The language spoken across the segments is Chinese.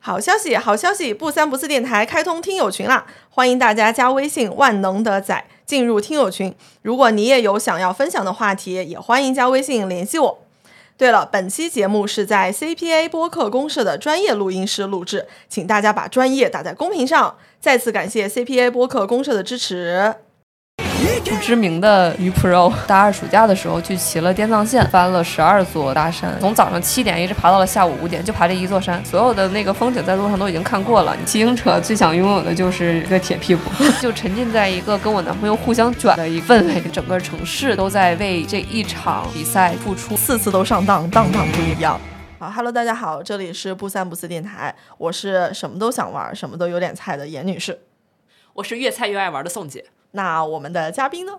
好消息，好消息！不三不四电台开通听友群啦，欢迎大家加微信“万能的仔”进入听友群。如果你也有想要分享的话题，也欢迎加微信联系我。对了，本期节目是在 CPA 播客公社的专业录音师录制，请大家把专业打在公屏上。再次感谢 CPA 播客公社的支持。不知名的女 pro，大二暑假的时候去骑了滇藏线，翻了十二座大山，从早上七点一直爬到了下午五点，就爬这一座山，所有的那个风景在路上都已经看过了。你骑行者最想拥有的就是一个铁 屁股，就沉浸在一个跟我男朋友互相卷的一个氛围，整个城市都在为这一场比赛付出。四次都上当，当当不一样。好，Hello，大家好，这里是不三不四电台，我是什么都想玩，什么都有点菜的严女士。我是越菜越爱玩的宋姐。那我们的嘉宾呢？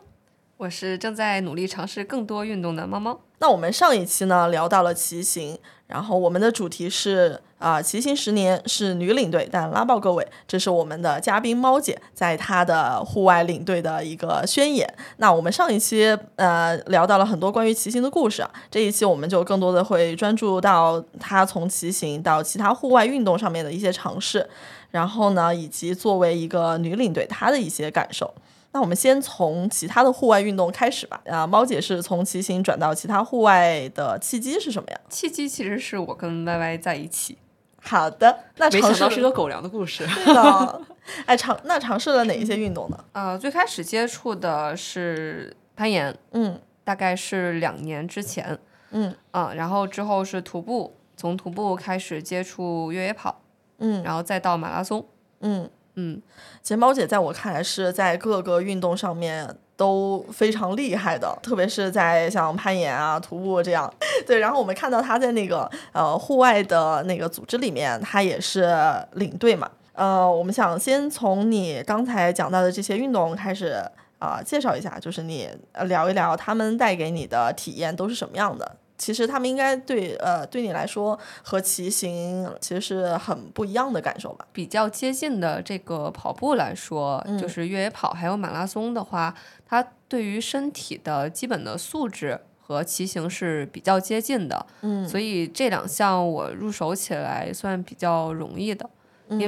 我是正在努力尝试更多运动的猫猫。那我们上一期呢聊到了骑行，然后我们的主题是啊、呃骑行十年是女领队，但拉爆各位，这是我们的嘉宾猫姐在她的户外领队的一个宣言。那我们上一期呃聊到了很多关于骑行的故事啊，这一期我们就更多的会专注到她从骑行到其他户外运动上面的一些尝试，然后呢以及作为一个女领队她的一些感受。那我们先从其他的户外运动开始吧。啊，猫姐是从骑行转到其他户外的契机是什么呀？契机其实是我跟 Y Y 在一起，好的，那没尝想试到是个狗粮的故事。对 的。哎，尝那尝试了哪一些运动呢？呃，最开始接触的是攀岩，嗯大概是两年之前，嗯嗯，然后之后是徒步，从徒步开始接触越野跑，嗯然后再到马拉松，嗯。嗯，其实猫姐在我看来是在各个运动上面都非常厉害的，特别是在像攀岩啊、徒步这样。 对，然后我们看到她在那个呃户外的那个组织里面，她也是领队嘛。呃，我们想先从你刚才讲到的这些运动开始啊、呃介绍一下，就是你呃聊一聊他们带给你的体验都是什么样的。其实他们应该对呃对你来说和骑行其实是很不一样的感受吧？比较接近的这个跑步来说，嗯就是越野跑还有马拉松的话，它对于身体的基本的素质和骑行是比较接近的，嗯所以这两项我入手起来算比较容易的。因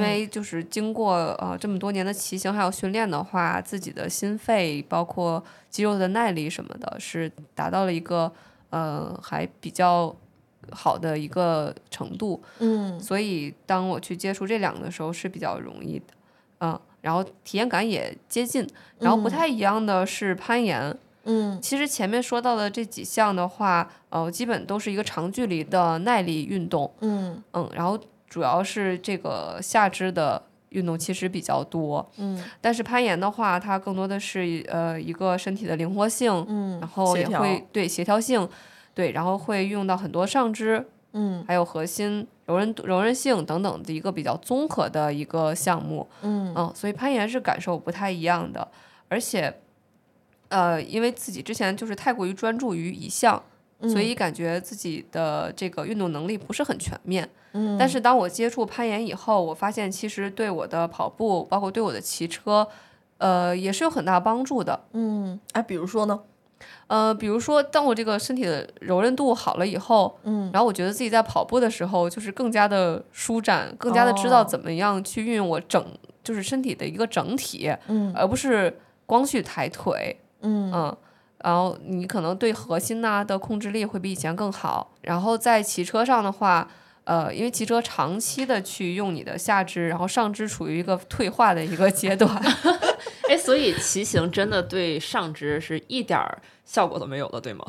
嗯为就是经过呃这么多年的骑行还有训练的话，自己的心肺包括肌肉的耐力什么的，是达到了一个呃还比较好的一个程度。嗯。所以当我去接触这两个的时候是比较容易的，嗯，然后体验感也接近，然后不嗯太一样的是攀岩，嗯其实前面说到的这几项的话，呃，基本都是一个长距离的耐力运动，嗯嗯，然后主要是这个下肢的运动其实比较多，嗯但是攀岩的话，它更多的是呃一个身体的灵活性，嗯，然后协也调会对协调性，对，然后会用到很多上肢，嗯还有核心柔韧度、柔韧性等等的一个比较综合的一个项目，嗯嗯，所以攀岩是感受不太一样的，而且，呃，因为自己之前就是太过于专注于一项，所以感觉自己的这个运动能力不是很全面。嗯，但是当我接触攀岩以后，我发现其实对我的跑步，包括对我的骑车，呃，也是有很大帮助的。嗯，哎，比如说呢，呃，比如说，当我这个身体的柔韧度好了以后，嗯，然后我觉得自己在跑步的时候，就是更加的舒展，更加的知道哦怎么样去运用我整，就是身体的一个整体，嗯而不是光去抬腿，嗯嗯，然后你可能对核心呐、的控制力会比以前更好。然后在骑车上的话，呃，因为骑车长期的去用你的下肢，然后上肢处于一个退化的一个阶段， 哎，所以骑行真的对上肢是一点儿效果都没有的，对吗？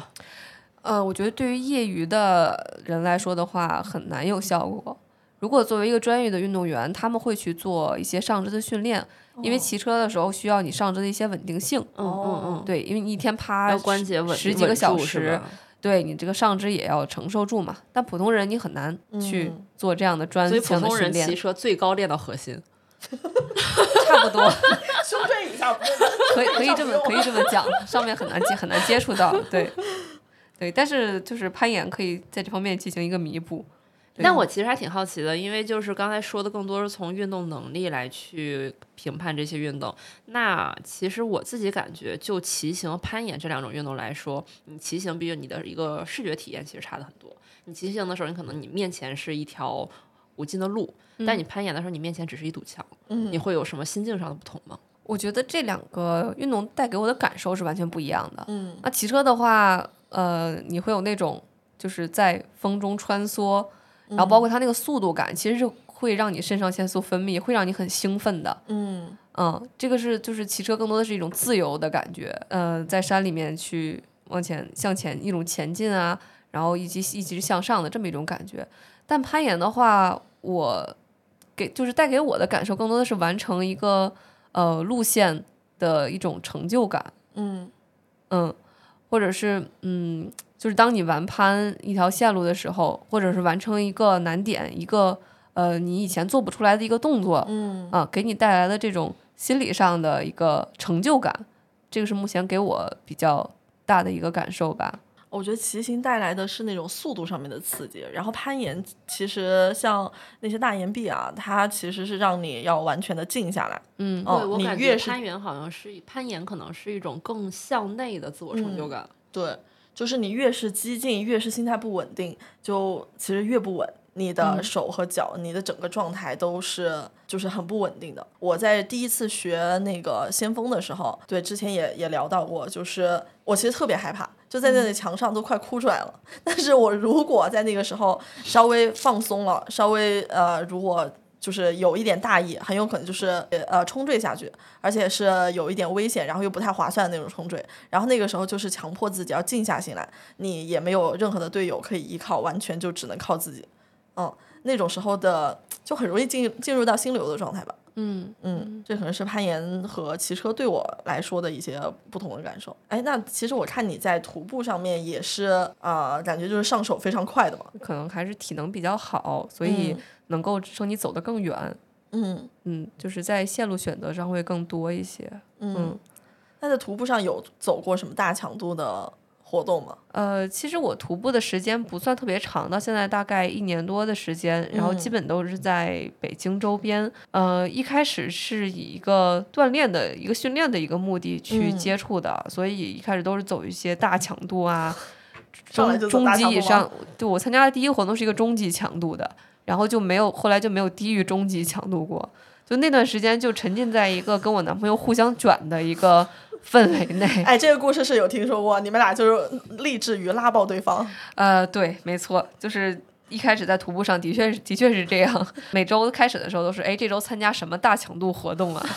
呃，我觉得对于业余的人来说的话，很难有效果。如果作为一个专业的运动员，他们会去做一些上肢的训练，因哦为骑车的时候需要你上肢的一些稳定性。嗯嗯嗯，对，因为你一天趴还有关节稳十几个小时，，稳住是吧对你这个上肢也要承受住嘛。但普通人你很难去嗯做这样的专所以普项的通训人练骑，车最高练到核心。 差不多 修正一下，不用 可以可以这么可以这么 讲，上面很难接很难接触到，对对。但是就是攀岩可以在这方面进行一个弥补。对但我其实还挺好奇的，因为就是刚才说的更多是从运动能力来去评判这些运动。那其实我自己感觉，就骑行、攀岩这两种运动来说，你骑行比你的一个视觉体验其实差的很多。你骑行的时候，你可能你面前是一条无尽的路，嗯但你攀岩的时候，你面前只是一堵墙，你会有什么心境上的不同吗？我觉得这两个运动带给我的感受是完全不一样的。嗯，那骑车的话，呃，你会有那种就是在风中穿梭，然后包括它那个速度感，其实是会让你肾上腺素分泌，会让你很兴奋的。嗯嗯，这个是就是骑车更多的是一种自由的感觉，呃，在山里面去往前向前一种前进啊，然后以及一直向上的这么一种感觉。但攀岩的话，我给就是带给我的感受更多的是完成一个呃路线的一种成就感，嗯嗯，或者是嗯，就是当你完攀一条线路的时候，或者是完成一个难点，一个呃你以前做不出来的一个动作，嗯啊，给你带来的这种心理上的一个成就感，这个是目前给我比较大的一个感受吧。我觉得骑行带来的是那种速度上面的刺激，然后攀岩其实像那些大岩壁啊，它其实是让你要完全的静下来。嗯哦对我你感觉越是攀岩好像是攀岩，可能是一种更向内的自我成就感。对，就是你越是激进，越是心态不稳定，就其实越不稳。你的手和脚，你的整个状态都是就是很不稳定的。我在第一次学那个先锋的时候，对之前也也聊到过，就是我其实特别害怕，就在那里墙上都快哭出来了。但是我如果在那个时候稍微放松了，稍微呃，如果就是有一点大意，很有可能就是呃冲坠下去，而且是有一点危险，然后又不太划算的那种冲坠。然后那个时候就是强迫自己要静下心来，你也没有任何的队友可以依靠，完全就只能靠自己。嗯，那种时候的就很容易进进入到心流的状态吧。嗯，嗯，这可能是攀岩和骑车对我来说的一些不同的感受。哎，那其实我看你在徒步上面也是啊、呃感觉就是上手非常快的嘛。可能还是体能比较好，所以嗯能够支撑你走得更远。嗯嗯，就是在线路选择上会更多一些。嗯，那在徒步上有走过什么大强度的活动吗？呃，其实我徒步的时间不算特别长，到现在大概一年多的时间，然后基嗯本都是在北京周边。呃，一开始是以一个锻炼的一个训练的一个目的去嗯接触的，所以一开始都是走一些大强度啊，上来中就走中大级强以度吗上。对我参加的第一个活动是一个中级强度的，然后就没有后来就没有低于中级强度过。就那段时间就沉浸在一个跟我男朋友互相卷的一个氛围内。哎，这个故事是有听说过，你们俩就是立志于拉爆对方。呃，对，没错，就是一开始在徒步上的确是的确是这样，每周开始的时候都是，哎，这周参加什么大强度活动啊？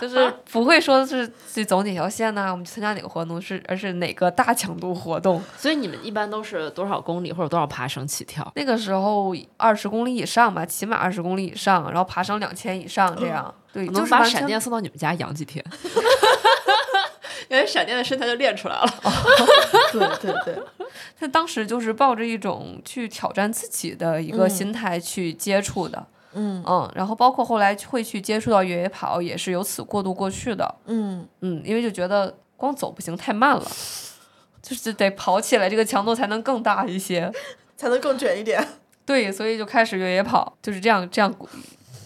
就是不会说是去走哪条线呐、我们去参加哪个活动，是而是哪个大强度活动。所以你们一般都是多少公里或者多少爬升起跳？那个时候二十公里以上吧，起码二十公里以上，然后爬升两千以上这样。对，就嗯能是把完闪全电送到你们家养几 天？因为闪电的身材就练出来了。对对对，他当时就是抱着一种去挑战自己的一个嗯心态去接触的，嗯然后包括后来会去接触到越野跑，也是由此过渡过去的，嗯嗯，因为就觉得光走不行，太慢了，就是得跑起来，这个强度才能更大一些，才能更卷一点。 对，所以就开始越野跑，就是这样这样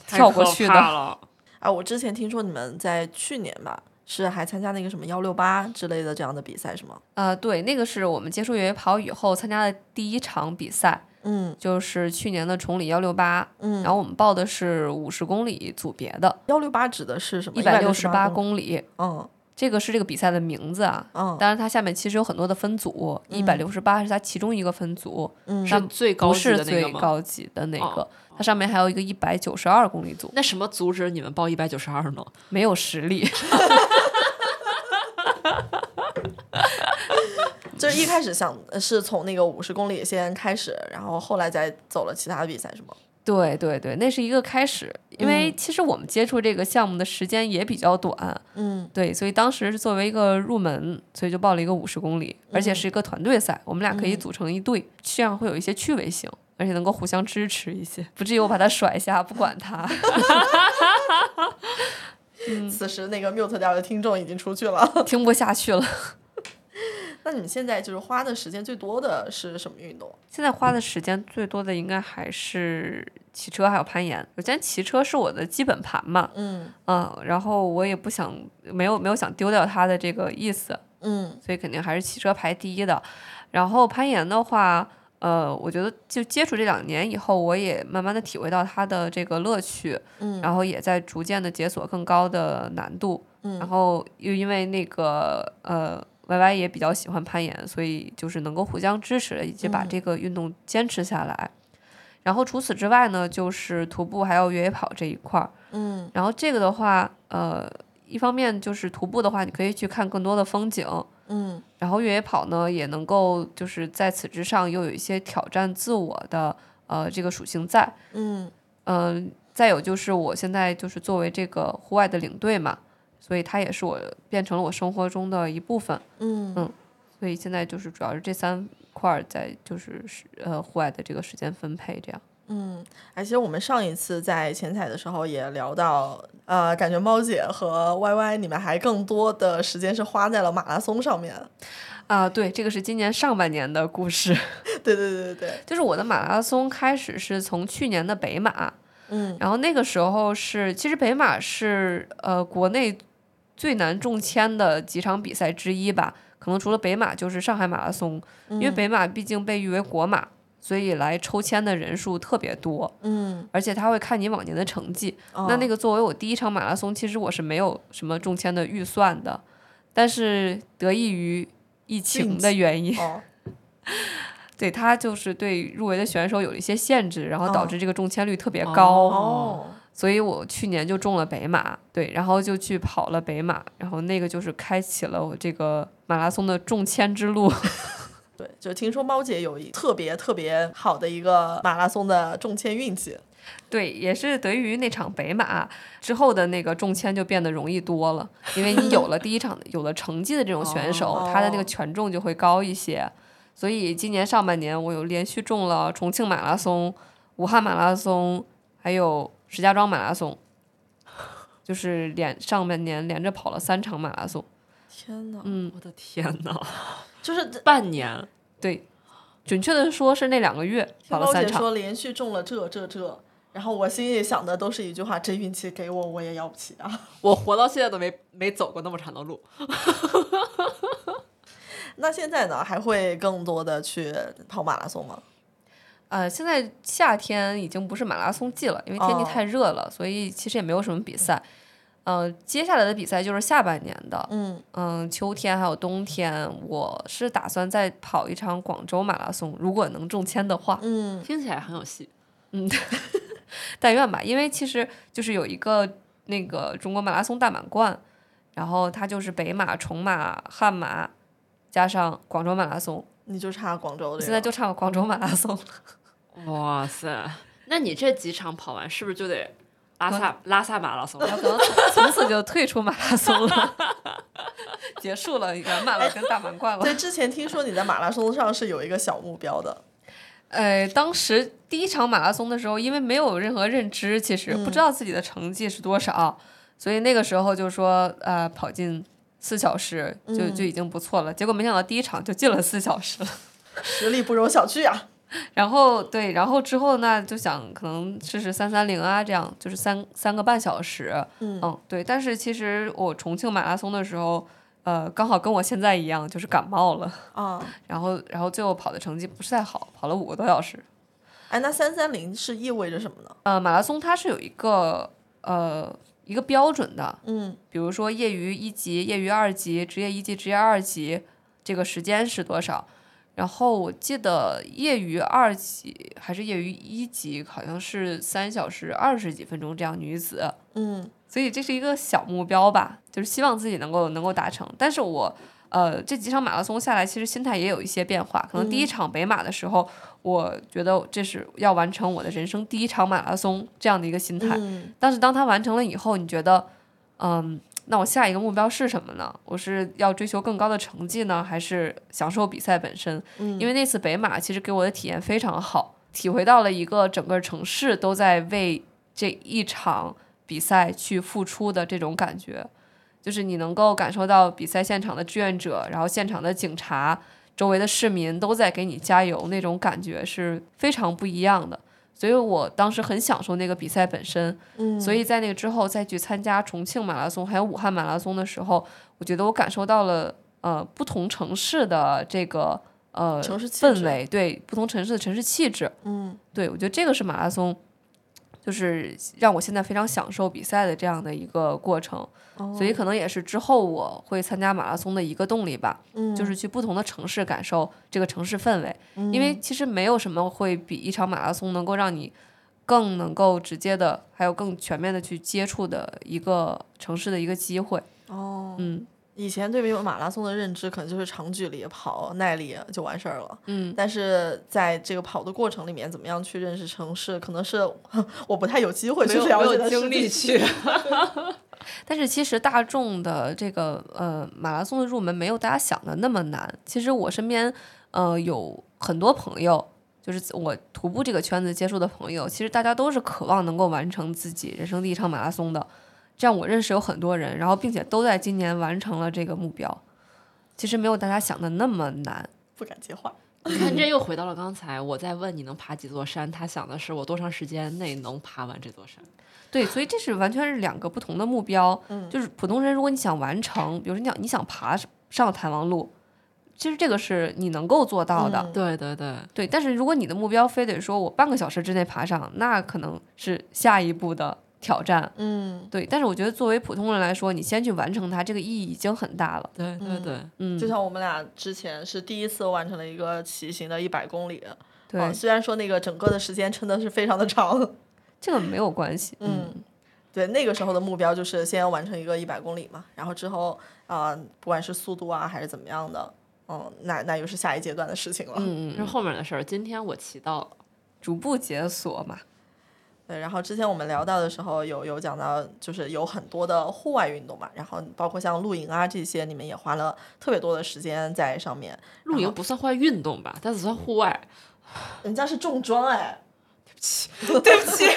跳过去的，了，啊，我之前听说你们在去年吧，是还参加那个什么幺六八之类的这样的比赛是吗？啊、对，那个是我们接触越野跑以后参加的第一场比赛，嗯就是去年的崇礼幺六八，然嗯，后我们报的是五十公里组别的，幺六八指的是什么？哦一百六十八168公。公里。嗯这个是这个比赛的名字啊。嗯当然，它下面其实有很多的分组，一百六十八是它其中一个分组，嗯，是 最高不级是的那个最吗？高级的那个哦。它上面还有一个一百九十二公里组，那什么阻止你们报一百九十二呢？没有实力。就是一开始想呃是从那个五十公里先开始，然后后来再走了其他的比赛是吗？ 对对对，那是一个开始，因为嗯其实我们接触这个项目的时间也比较短，嗯对，所以当时是作为一个入门，所以就报了一个五十公里，而且嗯是一个团队赛，我们俩可以组成一队，这样会有一些趣味性，而且能够互相支持一些，不至于我把他甩下不管他。嗯此时那个 mute 掉的听众已经出去了。 听不下去了。 那你们现在就是花的时间最多的是什么运动？现在花的时间最多的应该还是骑车，还有攀岩。首先，骑车是我的基本盘嘛，嗯嗯，然后我也不想没有没有想丢掉它的这个意思，嗯所以肯定还是骑车排第一的。然后攀岩的话，呃，我觉得就接触这两年以后，我也慢慢的体会到它的这个乐趣，嗯，然后也在逐渐的解锁更高的难度，嗯然后又因为那个呃，Y Y 也比较喜欢攀岩，所以就是能够互相支持，以及把嗯这个运动坚持下来。然后除此之外呢，就是徒步还有越野跑这一块儿。嗯然后这个的话，呃，一方面就是徒步的话，你可以去看更多的风景，嗯然后越野跑呢，也能够就是在此之上又有一些挑战自我的呃这个属性在。嗯嗯、再有就是我现在就是作为这个户外的领队嘛，所以它也是我变成了我生活中的一部分。嗯所以现在就是主要是这三块儿在就是是呃户外的这个时间分配这样。嗯，而且我们上一次在前彩的时候也聊到，呃，感觉猫姐和 Y Y 你们还更多的时间是花在了马拉松上面。啊，对，这个是今年上半年的故事， 对对对对对，就是我的马拉松开始是从去年的北马，嗯然后那个时候是，其实北马是呃国内最难中签的几场比赛之一吧，可能除了北马就是上海马拉松，因为北马毕竟被誉为国马，所以来抽签的人数特别多，嗯，而且他会看你往年的成绩。哦那那个作为我第一场马拉松，其实我是没有什么中签的预算的，但是得益于疫情的原因， 哦，对他就是对入围的选手有了一些限制，然后导哦致这个中签率特别哦高。哦，所以我去年就中了北马，对，然后就去跑了北马，然后那个就是开启了我这个马拉松的中签之路。对，就听说猫姐有一特别特别好的一个马拉松的中签运气。对，也是得益于那场北马之后的那个中签就变得容易多了，因为你有了第一场有了成绩的这种选手，哦他的那个权重就会高一些。所以今年上半年我有连续中了重庆马拉松、武汉马拉松，还有石家庄马拉松，就是连上半年连着跑了三场马拉松。天哪，嗯，我的天 呐，就是这半年对，准确的说是那两个月听跑了猫三姐场。说连续中了这这这，然后我心里想的都是一句话：这运气给我我也要不起啊。我活到现在都没没走过那么长的路。 那现在呢，还会更多的去跑马拉松吗？呃，现在夏天已经不是马拉松季了，因为天气太热了，所以其实也没有什么比赛。呃，接下来的比赛就是下半年的，嗯嗯、秋天还有冬天，我是打算再跑一场广州马拉松，如果能中签的话，嗯听起来很有戏。但愿吧，因为其实就是有一个那个中国马拉松大满贯，然后它就是北马、重马、汉马，加上广州马拉松，你就差广州我这个，现在就差广州马拉松了。哇塞，那你这几场跑完是不是就得拉萨拉萨马拉松？然后可能从从此就退出马拉 松了，结束了圆满了跟大满贯了。对之前听说你在马拉松上是有一个小目标的，呃，当时第一场马拉松的时候，因为没有任何认知，其实不知道自己的成绩是多少，所以那个时候就说呃跑进四小时就就已经不错了。结果没想到第一场就进了四小时了。 实力不容小觑啊。然后对，然后之后呢，就想可能试试三三零啊，这样就是三三个半小时。嗯对。但是其实我重庆马拉松的时候，呃，刚好跟我现在一样，就是感冒了， 啊，然后然后最后跑的成绩不是太好，跑了五个多小时。哎，那三三零是意味着什么呢？呃，马拉松它是有一个呃一个标准的，嗯比如说业余一级、业余二级、职业一级、职业二级，这个时间是多少？然后我记得业余二级还是业余一级，好像是三小时二十几分钟这样女子，嗯所以这是一个小目标吧，就是希望自己能够能够达成。但是我呃这几场马拉松下来，其实心态也有一些变化。可能第一场北马的时候，我觉得这是要完成我的人生第一场马拉松这样的一个心态，嗯但是当它完成了以后，你觉得，嗯，那我下一个目标是什么呢？我是要追求更高的成绩呢，还是享受比赛本身？嗯因为那次北马其实给我的体验非常好，体会到了一个整个城市都在为这一场比赛去付出的这种感觉，就是你能够感受到比赛现场的志愿者，然后现场的警察。周围的市民都在给你加油，那种感觉是非常不一样的。所以我当时很享受那个比赛本身，嗯，所以在那个之后再去参加重庆马拉松还有武汉马拉松的时候，我觉得我感受到了呃不同城市的这个呃城市气氛质围，对不同城市的城市气质。嗯对我觉得这个是马拉松，就是让我现在非常享受比赛的这样的一个过程。哦所以可能也是之后我会参加马拉松的一个动力吧，嗯，就是去不同的城市感受这个城市氛围。因为其实没有什么会比一场马拉松能够让你更能够直接的，还有更全面的去接触的一个城市的一个机会。哦，嗯以前对于马拉松的认知可能就是长距离跑、耐力就完事儿了。嗯，但是在这个跑的过程里面，怎么样去认识城市，可能是 我不太有机会没去有没了解有的精力事情。去。但是其实大众的这个呃马拉松的入门没有大家想的那么难。其实我身边呃有很多朋友。就是我徒步这个圈子接触的朋友，其实大家都是渴望能够完成自己人生第一场马拉松的。这样我认识有很多人，然后并且都在今年完成了这个目标。其实没有大家想的那么难。不敢接话。 你看，这又回到了刚才我在问你能爬几座山，他想的是我多长时间内能爬完这座山。对，所以这是完全是两个不同的目标。嗯就是普通人，如果你想完成，比如说你想你想爬上弹王路，其实这个是你能够做到的。嗯对对对，对，但是如果你的目标非得说我半个小时之内爬上，那可能是下一步的挑战。嗯，对，但是我觉得作为普通人来说，你先去完成它，这个意义已经很大了。对对对，嗯，就像我们俩之前是第一次完成了一个骑行的一百公里，对、啊虽然说那个整个的时间真的是非常的长，这个没有关系。嗯，对，那个时候的目标就是先要完成一个一百公里嘛，然后之后啊、呃不管是速度啊还是怎么样的，嗯，那那又是下一阶段的事情了。嗯嗯这是嗯，后面的事儿。今天我骑到了，逐步解锁嘛。对，然后之前我们聊到的时候有有讲到，就是有很多的户外运动嘛，然后包括像露营啊这些，你们也花了特别多的时间在上面。露营不算户外运动吧，但只算户外。人家是重装哎， 对不起，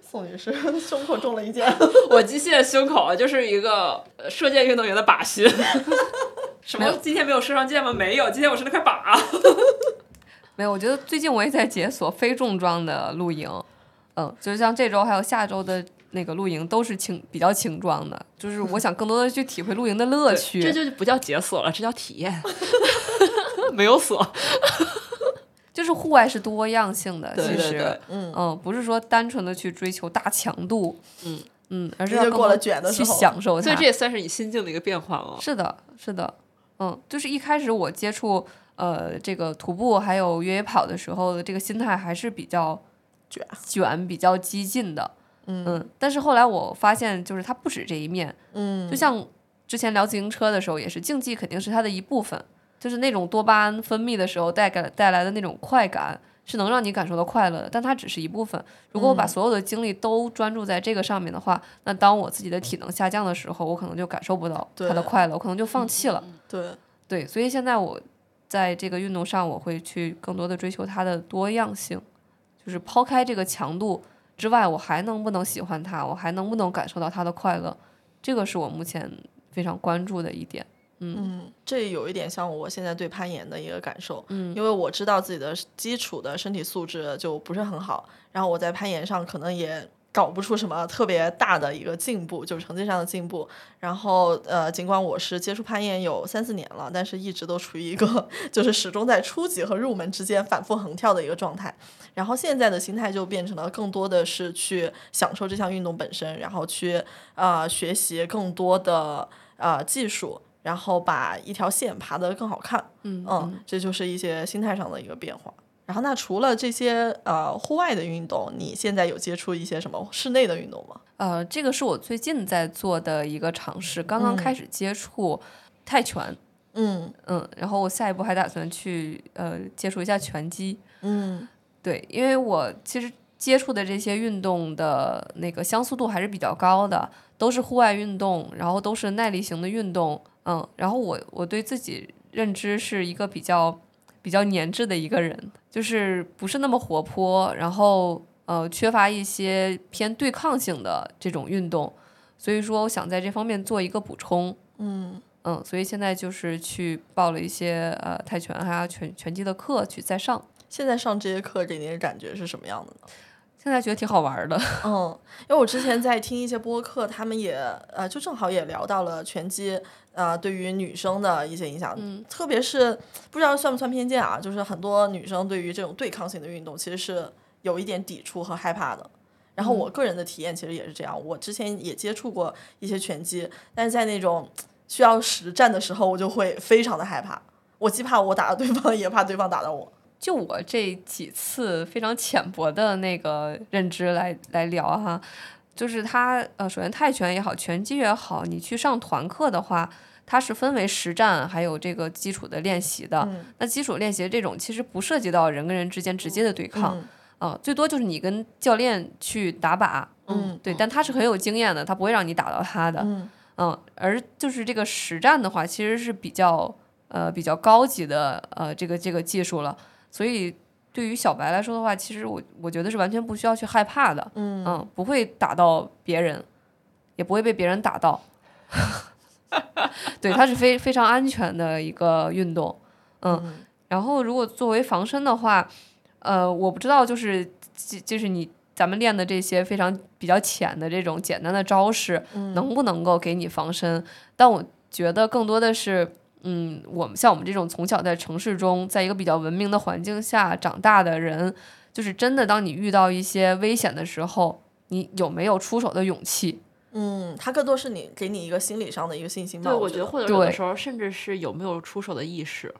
宋女士胸口中了一箭。 我机械胸口就是一个呃射箭运动员的靶心。 什么？今天没有射上箭吗？没有，今天我是那块靶。没有，我觉得最近我也在解锁非重装的露营，嗯，就像这周还有下周的那个露营都是轻比较轻装的，就是我想更多的去体会露营的 乐趣。这就不叫解锁了，这叫体验。 没有锁，就是户外是多样性的，对其对实，对，嗯，嗯，不是说单纯的去追求大强度，嗯嗯，而是这要就更过了多卷的时去候享受它。所以这也算是你心境的一个变化吗？是的，是的，嗯，就是一开始我接触呃这个徒步还有越野跑的时候，这个心态还是比较卷卷、比较激进的，嗯但是后来我发现，就是它不止这一面，嗯，就像之前聊自行车的时候，也是竞技肯定是它的一部分，就是那种多巴胺分泌的时候带给带来的那种快感。是能让你感受到快乐的，但它只是一部分。如果我嗯把所有的精力都专注在这个上面的话，那当我自己的体能下降的时候，我可能就感受不到它的对快乐，我可能就放弃了。对，对，所以现在我在这个运动上，我会去更多的追求它的多样性，就是抛开这个强度之外，我还能不能喜欢它，我还能不能感受到它的快乐，这个是我目前非常关注的一点。嗯，这有一点像我现在对攀岩的一个感受，嗯，因为我知道自己的基础的身体素质就不是很好，然后我在攀岩上可能也搞不出什么特别大的一个进步，就是成绩上的进步。然后呃，尽管我是接触攀岩有三四年了，但是一直都处于一个就是始终在初级和入门之间反复横跳的一个状态。然后现在的心态就变成了更多的是去享受这项运动本身，然后去呃学习更多的呃技术，然后把一条线爬得更好看。嗯嗯，这就是一些心态上的一个变化。然后那除了这些呃户外的运动，你现在有接触一些什么室内的运动吗？呃，这个是我最近在做的一个尝试，刚刚开始接触泰拳，嗯嗯，然后我下一步还打算去呃接触一下拳击。嗯对，因为我其实接触的这些运动的那个相似度还是比较高的，都是户外运动，然后都是耐力型的运动，嗯，然后我我对自己认知是一个比较比较粘滞的一个人，就是不是那么活泼，然后呃缺乏一些偏对抗性的这种运动，所以说我想在这方面做一个补充。嗯嗯，所以现在就是去报了一些呃泰拳还有拳拳击的课去再上，现在上这些课给您的感觉是什么样的呢？现在觉得挺好玩的。嗯，因为我之前在听一些播客，他们也呃，就正好也聊到了拳击呃对于女生的一些影响，嗯特别是不知道算不算偏见啊，就是很多女生对于这种对抗性的运动其实是有一点抵触和害怕的。然后我个人的体验其实也是这样，我之前也接触过一些拳击，但是在那种需要实战的时候，我就会非常的害怕，我既怕我打到对方，也怕对方打到我。就我这几次非常浅薄的那个认知来来聊哈，就是它呃，首先泰拳也好，拳击也好，你去上团课的话，它是分为实战还有这个基础的练习的。嗯那基础练习这种其实不涉及到人跟人之间直接的对抗嗯啊、最多就是你跟教练去打靶，嗯对，但他是很有经验的，他不会让你打到他的。嗯嗯，而就是这个实战的话，其实是比较呃比较高级的呃这个这个技术了，所以对于小白来说的话，其实我我觉得是完全不需要去害怕的，嗯嗯，不会打到别人，也不会被别人打到，对，它是非非常安全的一个运动，嗯，嗯然后如果作为防身的话，呃，我不知道就是就就是你咱们练的这些非常比较浅的这种简单的招式，嗯能不能够给你防身？但我觉得更多的是，嗯，我们像我们这种从小在城市中，在一个比较文明的环境下长大的人，就是真的当你遇到一些危险的时候，你有没有出手的勇气？嗯，它更多是你给你一个心理上的一个信心吧。对，我我觉得或者有的时候甚至是有没有出手的意识，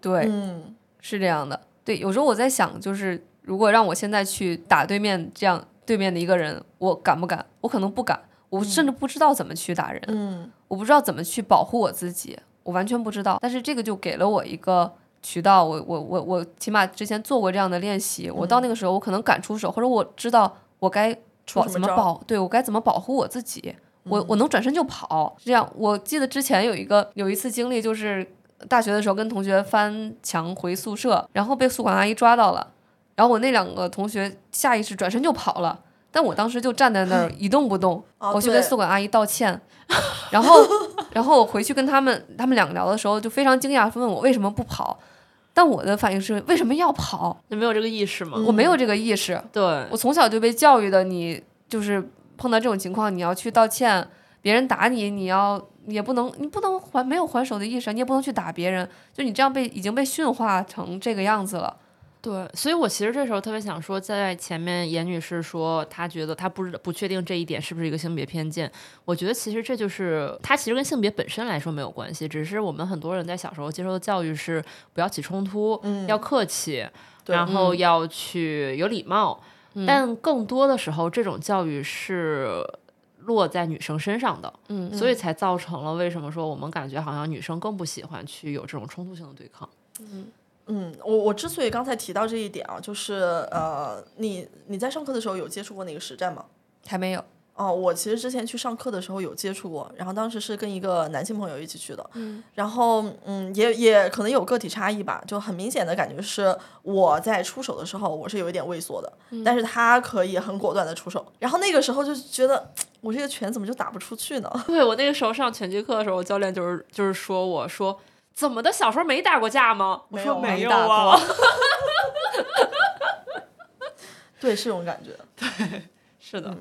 对，嗯是这样的。对，有时候我在想，就是如果让我现在去打对面这样对面的一个人，我敢不敢？我可能不敢，我甚至不知道怎么去打人。嗯我不知道怎么去保护我自己，我完全不知道。但是这个就给了我一个渠道，我我我我起码之前做过这样的练习，我到那个时候我可能敢出手，或者我知道我该出什么保哦怎么招嗯保，对我该怎么保护我自己，我我能转身就跑。是这样，我记得之前有一个有一次经历就是。大学的时候跟同学翻墙回宿舍，然后被宿管阿姨抓到了，然后我那两个同学下意识转身就跑了，但我当时就站在那儿一动不动， 哦我去对跟宿管阿姨道歉，然后然后我回去跟他们他们两个聊的时候就非常惊讶，问我为什么不跑，但我的反应是为什么要跑？你没有这个意识吗？我嗯没有这个意识，对，我从小就被教育的你，就是碰到这种情况你要去道歉，别人打你你要你也不能你不能还没有还手的意识，你也不能去打别人，就你这样被已经被驯化成这个样子了。对，所以我其实这时候特别想说，在前面严女士说她觉得她不知不确定这一点是不是一个性别偏见，我觉得其实这就是它其实跟性别本身来说没有关系，只是我们很多人在小时候接受的教育是不要起冲突，嗯要客气，对然后嗯要去有礼貌，但更多的时候这种教育是落在女生身上的，嗯，所以才造成了为什么说我们感觉好像女生更不喜欢去有这种冲突性的对抗。嗯，我我之所以刚才提到这一点啊，就是呃，你你在上课的时候有接触过那个实战吗？还没有，哦，我其实之前去上课的时候有接触过，然后当时是跟一个男性朋友一起去的，嗯然后嗯，也也可能有个体差异吧，就很明显的感觉是我在出手的时候我是有一点畏缩的，但是他可以很果断的出手，然后那个时候就觉得我这个拳怎么就打不出去呢？对我那个时候上拳击课的时候，我教练就是就是说我说怎么的，小时候没打过架吗？我没说有没没有打啊，对，是这种感觉。是的，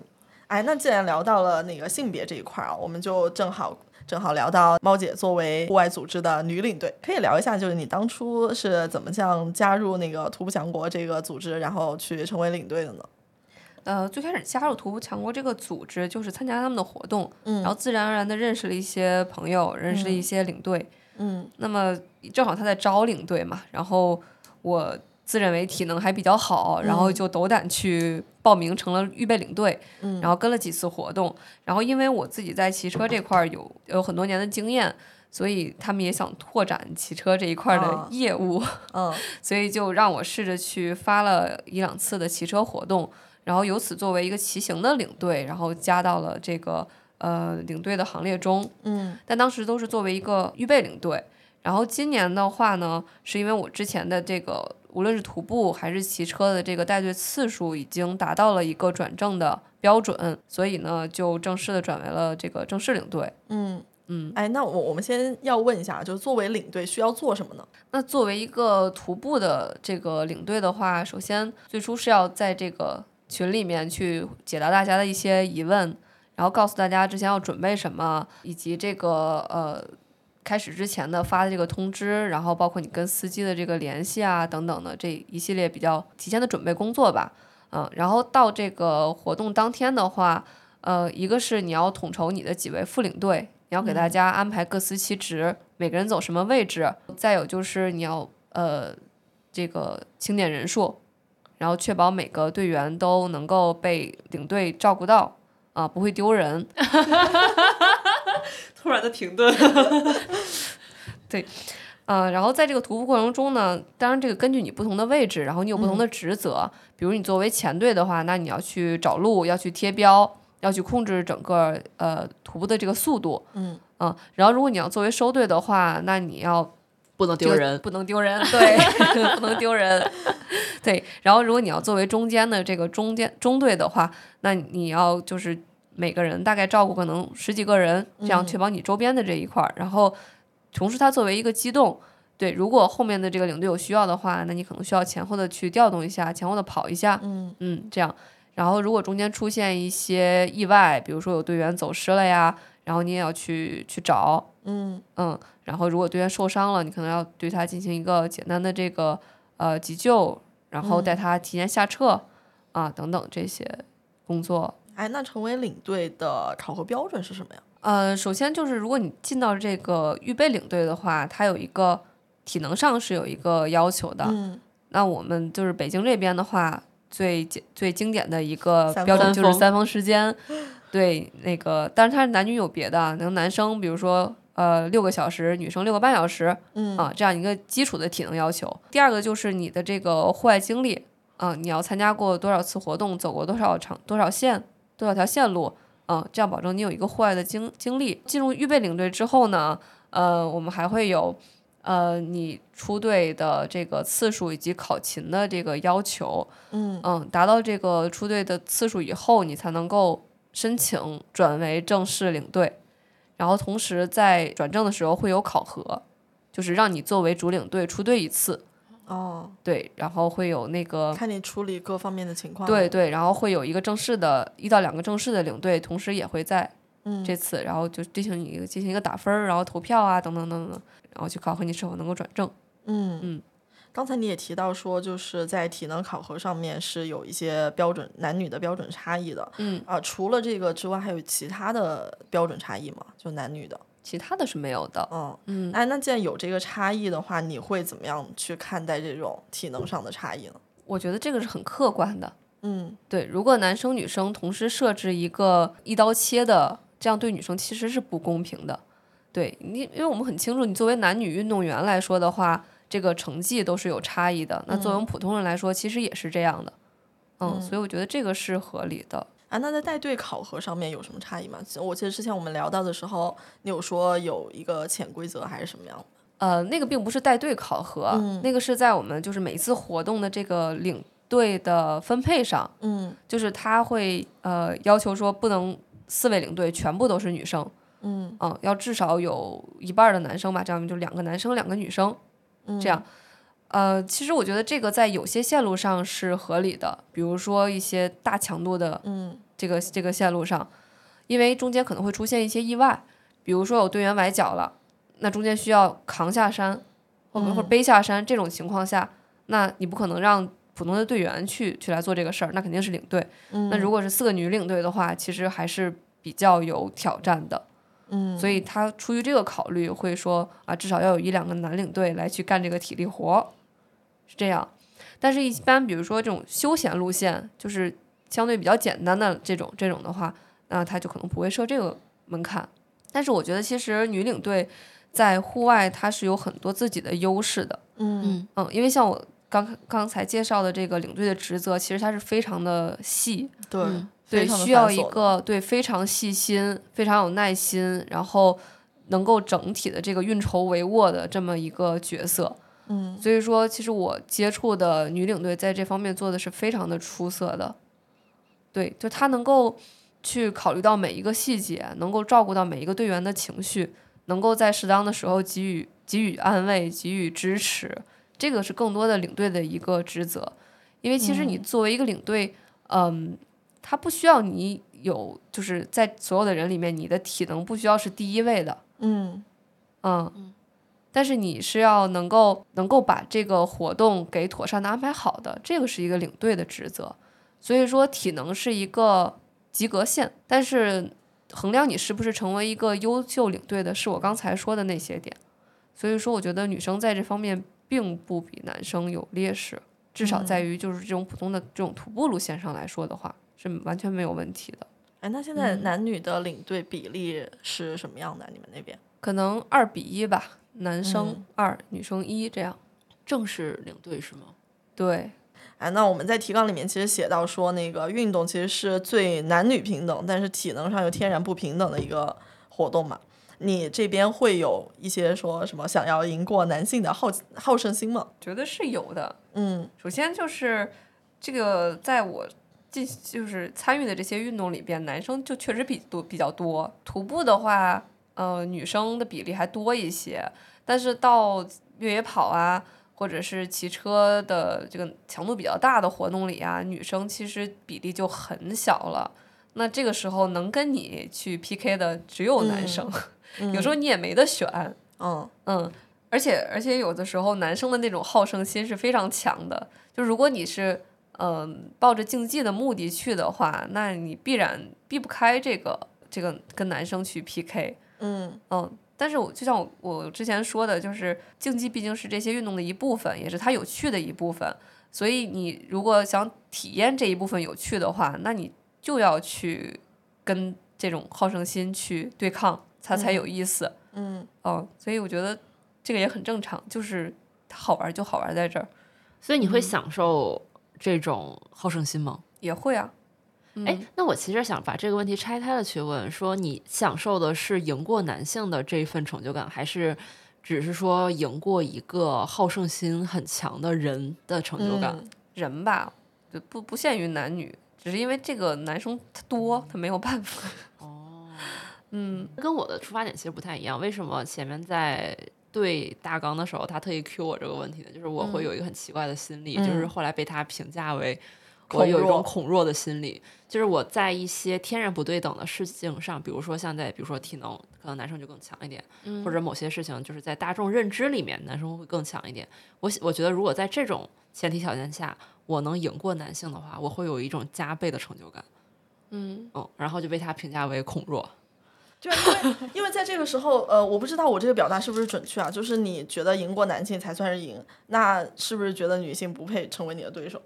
哎，那既然聊到了那个性别这一块儿啊，我们就正好正好聊到猫姐作为户外组织的女领队，可以聊一下，就是你当初是怎么样加入那个徒步强国这个组织，然后去成为领队的呢？呃，最开始加入徒步强国这个组织，就是参加他们的活动，嗯然后自然而然的认识了一些朋友，认识了一些领队。嗯那么正好他在招领队嘛，然后我自认为体能还比较好，然后嗯就斗胆去报名成了预备领队，嗯然后跟了几次活动，然后因为我自己在骑车这块儿有呃有很多年的经验，所以他们也想拓展骑车这一块儿啊的业务，嗯所以就让我试着去发了一两次的骑车活动，然后由此作为一个骑行的领队，然后加到了这个呃领队的行列中。嗯但当时都是作为一个预备领队。然后今年的话呢，是因为我之前的这个无论是徒步还是骑车的这个带队次数已经达到了一个转正的标准，所以呢就正式的转为了这个正式领队。嗯嗯。哎，那我我们先要问一下，就是作为领队需要做什么呢？那作为一个徒步的这个领队的话，首先最初是要在这个群里面去解答大家的一些疑问，然后告诉大家之前要准备什么，以及这个呃开始之前的发的这个通知，然后包括你跟司机的这个联系啊等等的这一系列比较提前的准备工作吧。嗯，然后到这个活动当天的话，呃，一个是你要统筹你的几位副领队，你要给大家安排各司其职，每个人走什么位置。再有就是你要呃这个清点人数，然后确保每个队员都能够被领队照顾到啊、不会丢人。 突然的停顿，呃，然后在这个徒步过程中呢，当然这个根据你不同的位置，然后你有不同的职责。比如你作为前队的话，那你要去找路，要去贴标，要去控制整个呃徒步的这个速度。嗯啊然后如果你要作为收队的话，那你要 不能丢这个人。不能丢人，对，不能丢人， 对。然后，如果你要作为中间的这个中间中队的话，那你要就是每个人大概照顾可能十几个人，这样嗯确保你周边的这一块儿。然后，同时它作为一个机动，对，如果后面的这个领队有需要的话，那你可能需要前后的去调动一下，前后的跑一下，嗯嗯，这样。然后，如果中间出现一些意外，比如说有队员走失了呀，然后你也要去去找，嗯嗯，然后如果队员受伤了，你可能要对他进行一个简单的这个呃急救，然后带他提前下撤、啊等等这些工作。哎，那成为领队的考核标准是什么呀？呃，首先就是如果你进到这个预备领队的话，它有一个体能上是有一个要求的。嗯，那我们就是北京这边的话，最经最经典的一个三标准峰就是三三峰时间，对那个，但是它是男女有别的啊，能男生比如说呃六个小时，女生六个半小时，嗯啊这样一个基础的体能要求。第二个就是你的这个户外经历啊，你要参加过多少次活动，走过多少场多少线多少条线路啊，这样保证你有一个户外的经经历。进入预备领队之后呢，呃，我们还会有。呃，你出队的这个次数以及考勤的这个要求，嗯嗯，达到这个出队的次数以后，你才能够申请转为正式领队。然后同时在转正的时候会有考核，就是让你作为主领队出队一次，哦，对，然后会有那个看你处理各方面的情况。嗯对，对，然后会有一个正式的一到两个正式的领队，同时也会在嗯，这次，然后就进行一个进行一个打分儿，然后投票啊，等等等等，然后去考核你是否能够转正。嗯嗯。刚才你也提到说，就是在体能考核上面是有一些标准男女的标准差异的。嗯啊、除了这个之外，还有其他的标准差异吗？就男女的。其他的是没有的。嗯嗯，哎，那既然有这个差异的话，你会怎么样去看待这种体能上的差异呢？我觉得这个是很客观的。嗯对，如果男生女生同时设置一个一刀切的，这样对女生其实是不公平的。对你，因为我们很清楚，你作为男女运动员来说的话，这个成绩都是有差异的。那作为我们普通人来说，其实也是这样的。嗯，嗯所以我觉得这个是合理的。啊，那在带队考核上面有什么差异吗？其实我记得之前我们聊到的时候，你有说有一个潜规则还是什么样的？呃，那个并不是带队考核，嗯那个是在我们就是每一次活动的这个领队的分配上，嗯就是他会呃要求说不能四位领队全部都是女生。嗯嗯，要至少有一半儿的男生吧，这样就两个男生，两个女生嗯，这样。呃，其实我觉得这个在有些线路上是合理的，比如说一些大强度的嗯这个这个线路上，因为中间可能会出现一些意外，比如说有队员崴脚了，那中间需要扛下山，或者或者嗯背下山，这种情况下，那你不可能让普通的队员去去来做这个事儿，那肯定是领队。嗯，那如果是四个女领队的话，其实还是比较有挑战的。嗯，所以他出于这个考虑，会说啊，至少要有一两个男领队来去干这个体力活儿，是这样。但是，一般比如说这种休闲路线，就是相对比较简单的这种这种的话，那他就可能不会设这个门槛。但是，我觉得其实女领队在户外她是有很多自己的优势的，嗯嗯，因为像我刚刚才介绍的这个领队的职责，其实它是非常的细，对嗯非对，常地需要繁一琐的个对非常细心、非常有耐心，然后能够整体的这个运筹帷幄的这么一个角色。嗯所以说，其实我接触的女领队在这方面做的是非常的出色的。对，就她能够去考虑到每一个细节，能够照顾到每一个队员的情绪，能够在适当的时候给予给予安慰、给予支持，这个是更多的领队的一个职责。因为其实你作为一个领队，嗯，它不需要你有，就是在所有的人里面，你的体能不需要是第一位的，嗯嗯，但是你是要能够能够把这个活动给妥善的安排好的，这个是一个领队的职责。所以说，体能是一个及格线，但是衡量你是不是成为一个优秀领队的，是我刚才说的那些点。所以说，我觉得女生在这方面并不比男生有劣势，至少在于就是这种普通的这种徒步路线上来说的话，是完全没有问题的。哎，那现在男女的领队比例是什么样的？你们那边？可能二比一吧，男生二、女生一这样。正式领队是吗？对，哎，那我们在提纲里面其实写到说，那个运动其实是最男女平等，但是体能上又天然不平等的一个活动嘛。你这边会有一些说什么想要赢过男性的好好胜心吗？觉得是有的。嗯首先就是这个，在我进就是参与的这些运动里边，男生就确实比多比较多。徒步的话，呃，女生的比例还多一些，但是到越野跑啊，或者是骑车的这个强度比较大的活动里啊，女生其实比例就很小了。那这个时候能跟你去 PK 的只有男生，有时候你也没得选。嗯嗯，而且而且有的时候男生的那种好胜心是非常强的，就如果你是嗯、抱着竞技的目的去的话，那你必然避不开这个这个跟男生去 PK。嗯嗯，但是我就像我我之前说的，就是竞技毕竟是这些运动的一部分，也是它有趣的一部分。所以你如果想体验这一部分有趣的话，那你就要去跟这种好胜心去对抗，它才有意思。嗯，哦，所以我觉得这个也很正常，就是它好玩就好玩在这儿，所以你会享受这种好胜心吗？也会啊。哎、那我其实想把这个问题拆开了去问，说你享受的是赢过男性的这一份成就感，还是只是说赢过一个好胜心很强的人的成就感？嗯人吧，就不不限于男女，只是因为这个男生他多，他没有办法。嗯，跟我的出发点其实不太一样。为什么前面在对大纲的时候，他特意 Q 我这个问题呢？就是我嗯会有一个很奇怪的心理，就是后来被他评价为我恐有一种弱恐弱的心理，就是我在一些天然不对等的事情上，比如说像在比如说体能，可能男生就更强一点， 嗯或者某些事情就是在大众认知里面，男生会更强一点。我喜我觉得如果在这种前提条件下，我能赢过男性的话，我会有一种加倍的成就感。嗯嗯，然后就被他评价为恐弱。对，因为因为在这个时候，呃，我不知道我这个表达是不是准确啊，就是你觉得赢过男性才算是赢，那是不是觉得女性不配成为你的对手？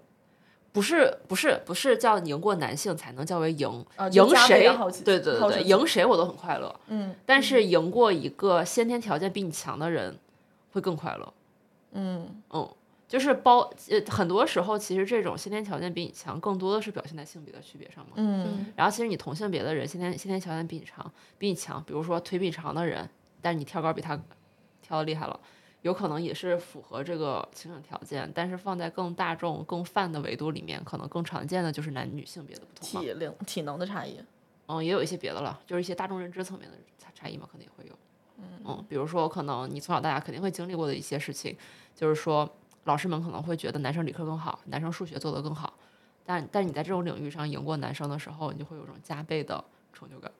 不是不是不是叫赢过男性才能较为赢，啊就赢加倍谁的好奇？对对好对奇对，心赢谁我都很快乐。嗯但是赢过一个先天条件比你强的人，会更快乐。嗯嗯，就是包呃，很多时候其实这种先天条件比你强，更多的是表现在性别的区别上嘛。嗯然后其实你同性别的人，先天先天条件比你长，比你强，比如说腿比你长的人，但是你跳高比他跳的厉害了，有可能也是符合这个情感条件，但是放在更大众、更泛的维度里面，可能更常见的就是男女性别的不同嘛。体能体能的差异。嗯，也有一些别的了，就是一些大众认知层面的差差异嘛，可能也会有。嗯，比如说可能你从小到大肯定会经历过的一些事情，就是说老师们可能会觉得男生理科更好，男生数学做得更好，但但你在这种领域上赢过男生的时候，你就会有种加倍的成就感。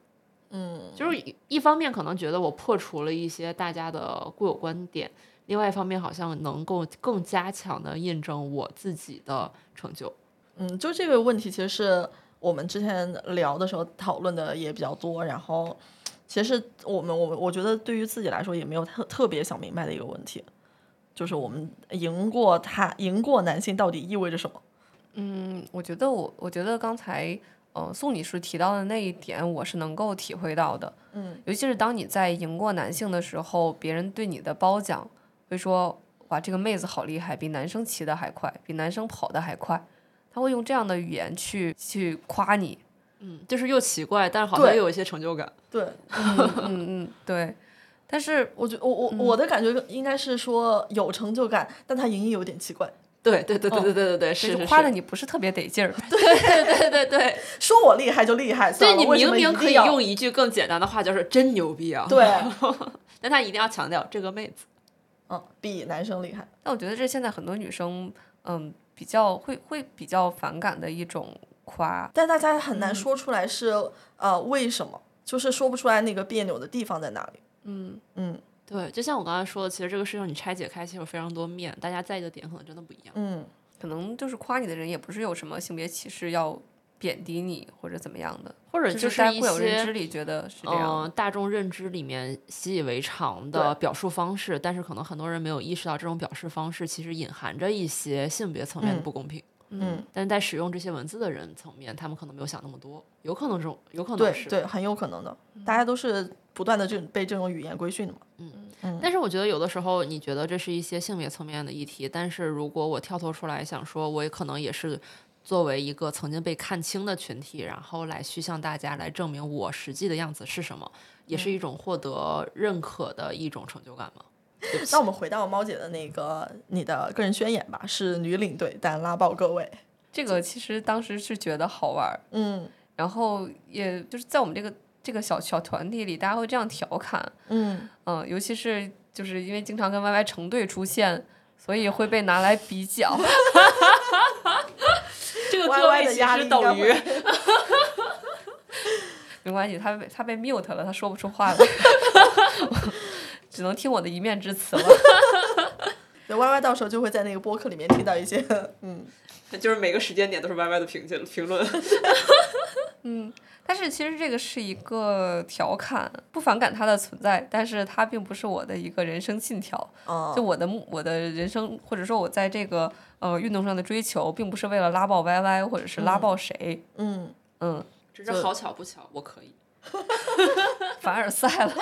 嗯就是一一方面可能觉得我破除了一些大家的固有观点，另外一方面好像能够更加强的印证我自己的成就。嗯，就这个问题，其实是我们之前聊的时候讨论的也比较多，然后其实我们我们我觉得对于自己来说也没有特特别想明白的一个问题，就是我们赢过他，赢过男性到底意味着什么？嗯，我觉得我我觉得刚才呃宋女士提到的那一点，我是能够体会到的。嗯，尤其是当你在赢过男性的时候，别人对你的褒奖会说：“哇，这个妹子好厉害，比男生骑得还快，比男生跑得还快。”他会用这样的语言去去夸你，嗯，就是又奇怪，但是好像对又有一些成就感。对， 嗯，嗯，对。但是我觉我我、嗯我的感觉应该是说有成就感，但他赢也有点奇怪，对对对对对对对哦对，是就是是夸的是你不是特别得劲 儿，对对 对，说我厉害就厉害，对算了你为什明么明一定可以要用一句更简单的话，就是真牛逼啊。， 对，但他一定要强调这个妹子。嗯，比男生厉害，但我觉得这是现在很多女生，嗯，比较会会比较反感的一种夸。但大家很嗯难说出来是、呃为什么，就是说不出来那个别扭的地方在哪里。嗯，嗯对，就像我刚才说的，其实这个事情你拆解开，其实有非常多面，大家在意的点可能真的不一样。嗯，可能就是夸你的人也不是有什么性别歧视要贬低你或者怎么样的，或者就就是大家一固有认些知里觉得是这嗯、样的。大众认知里面习以为常的表述方式，但是可能很多人没有意识到，这种表示方式其实隐含着一些性别层面的嗯不公平。嗯，但是在使用这些文字的人层面，他们可能没有想那么多，有可能这种，有可能对是。对，很有可能的。嗯大家都是不断的这被这种语言规训的嘛。但是我觉得有的时候，你觉得这是一些性别层面的议题，但是如果我跳脱出来想说，我也可能也是作为一个曾经被看清的群体，然后来去向大家来证明我实际的样子是什么，也嗯是一种获得认可的一种成就感嘛。那我们回到猫姐的那个你的个人宣言吧，是女领队，但拉爆各位。这个其实当时是觉得好玩儿，嗯然后也就是在我们这个这个小小团体里，大家会这样调侃， 嗯，嗯，尤其是就是因为经常跟 YY 成对出现，所以会被拿来比较。这个 Y 各 Y 位的其压实力等于没关系，他被他被 mute 了，他说不出话了， 只能听我的一面之词了。对 Y Y 到时候就会在那个播客里面听到一些 嗯就是每个时间点都是 Y Y 的评论评 论。但是其实这个是一个调侃，不反感它的存在，但是它并不是我的一个人生信条。啊就我的目，我的人生，或者说我在这个呃运动上的追求，并不是为了拉爆 YY 或者是拉爆谁，嗯，嗯，只是好巧不巧，我可以。凡尔赛了。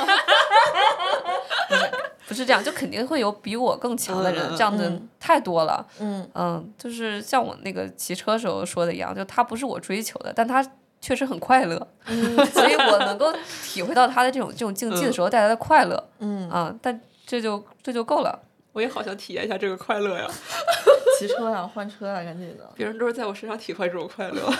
不是不是这样，就肯定会有比我更强的人，嗯嗯嗯这样的嗯太多了。嗯嗯，就是像我那个骑车时候说的一样，就他不是我追求的，但他确实很快乐， 所以我能够体会到他的这种这种竞技的时候带来的快乐嗯，啊、但这就这就够了。我也好想体验一下这个快乐呀！骑车啊，换车啊，赶紧的。别人都是在我身上体会这种快乐。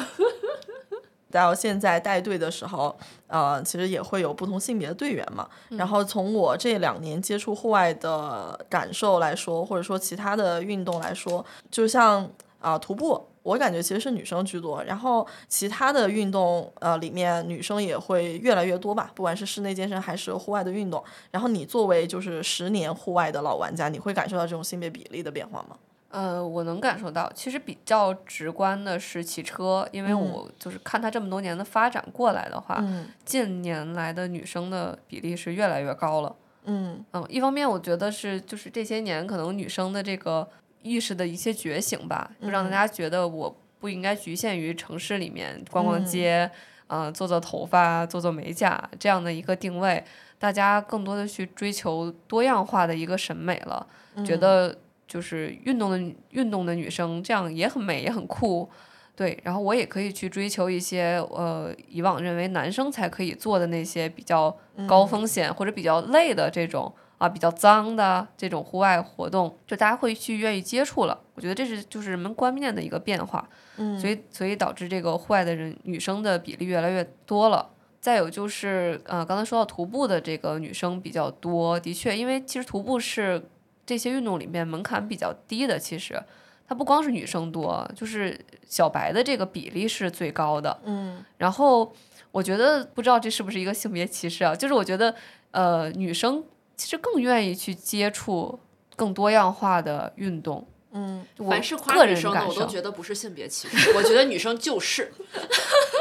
到现在带队的时候，呃，其实也会有不同性别的队员嘛。嗯然后从我这两年接触户外的感受来说，或者说其他的运动来说，就像啊、徒步，我感觉其实是女生居多。然后其他的运动呃里面，女生也会越来越多吧，不管是室内健身还是户外的运动。然后你作为就是十年户外的老玩家，你会感受到这种性别比例的变化吗？呃，我能感受到，其实比较直观的是骑车，因为嗯我就是看他这么多年的发展过来的话，嗯近年来的女生的比例是越来越高了。嗯嗯，一方面我觉得是就是这些年可能女生的这个意识的一些觉醒吧，就让大嗯家觉得我不应该局限于城市里面逛逛街，嗯、做做头发、做做美甲这样的一个定位，大家更多的去追求多样化的一个审美了，嗯觉得就是运动的女运动的女生这样也很美，也很酷。对，然后我也可以去追求一些呃以往认为男生才可以做的那些比较高风险或者比较累的这种啊比较脏的这种户外活动，就大家会去愿意接触了。我觉得这是就是人们观念的一个变化，嗯，所以所以导致这个户外的人女生的比例越来越多了。再有就是呃刚才说到徒步的这个女生比较多，的确，因为其实徒步是这些运动里面门槛比较低的，其实。它不光是女生多，就是小白的这个比例是最高的。嗯然后我觉得不知道这是不是一个性别歧视啊，就是我觉得呃女生其实更愿意去接触更多样化的运动。嗯我 凡是个夸女人生的，感我受都，觉得不是性别歧视，我觉得女生就是，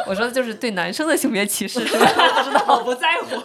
我说的就是对男生的性别歧视，是吧？我不在乎，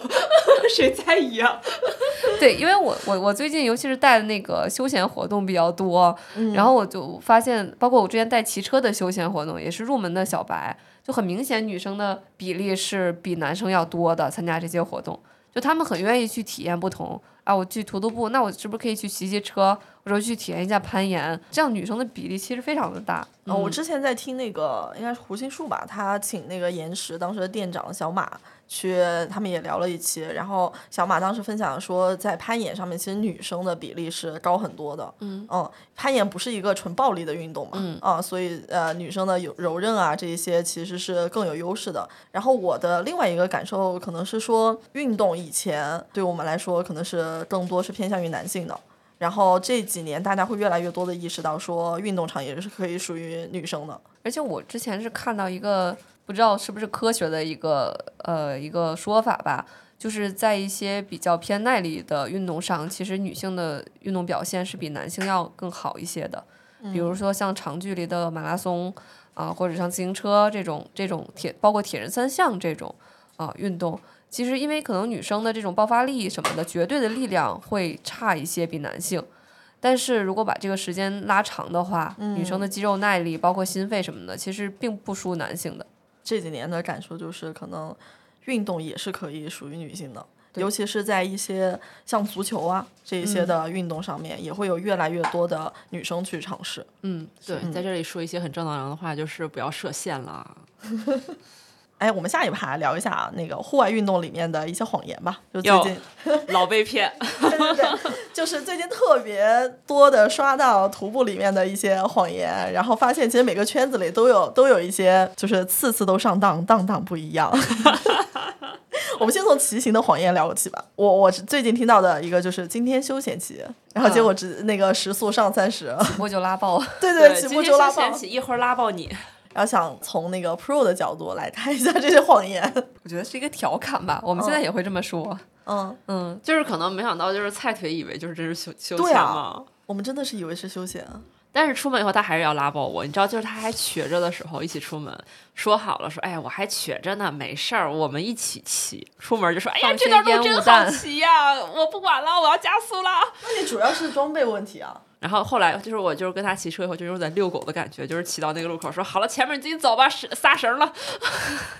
谁在意啊？ 对，因为我我我最近尤其是带的那个休闲活动比较多，然后我就发现，包括我之前带骑车的休闲活动，也是入门的小白，就很明显女生的比例是比男生要多的，参加这些活动，就他们很愿意去体验不同啊，我去徒徒步，那我是不是可以去骑骑车，或者去体验一下攀岩？这样女生的比例其实非常的大，啊、我之前在听那个应该是胡心树吧，他请那个岩石当时的店长小马去，他们也聊了一期。然后小马当时分享说，在攀岩上面，其实女生的比例是高很多的。嗯攀岩不是一个纯暴力的运动嘛，嗯啊，所以呃，女生的有柔韧啊这一些其实是更有优势的。然后我的另外一个感受可能是说，运动以前对我们来说可能是更多是偏向于男性的。然后这几年大家会越来越多的意识到，说运动场也是可以属于女生的。而且我之前是看到一个不知道是不是科学的一个呃一个说法吧，就是在一些比较偏耐力的运动上，其实女性的运动表现是比男性要更好一些的。比如说像长距离的马拉松啊、或者像自行车这种这种铁，包括铁人三项这种啊、运动，其实因为可能女生的这种爆发力什么的，绝对的力量会差一些比男性。但是如果把这个时间拉长的话，女生的肌肉耐力，包括心肺什么的，其实并不输男性的。这几年的感受就是，可能运动也是可以属于女性的，尤其是在一些像足球啊这一些的运动上面，也会有越来越多的女生去尝试。嗯，对，在这里说一些很正能量的话，就是不要设限了。哎，我们下一趴聊一下啊那个户外运动里面的一些谎言吧，就最哟近。老被骗，对 对对，就是最近特别多的刷到徒步里面的一些谎言，然后发现其实每个圈子里都有都有一些，就是次次都上当，当当不一 样。我们先从骑行的谎言聊起吧。我我最近听到的一个就是今天休闲骑，然后结嗯果只、那个时速上三 十，我就拉爆。对起今步天就拉休爆闲。起，一会儿拉爆你。然后想从那个 pro 的角度来看一下这些谎言。 我觉得是一个调侃吧，我们现在也会这么说。嗯，嗯，就是可能没想到，就是菜腿以为就是这是休休对闲啊嘛。我们真的是以为是休闲，啊但是出门以后，他还是要拉爆我，你知道，就是他还瘸着的时候一起出门，说好了说，哎，我还瘸着呢，没事儿，我们一起骑。出门就说，哎呀，放这些段路烟雾真好弹骑呀、我不管了，我要加速了。那你主要是装备问题啊。然后后来就是我就是跟他骑车以后，就是有点遛狗的感觉，就是骑到那个路口说，好了，前面你自己走吧，是撒绳了。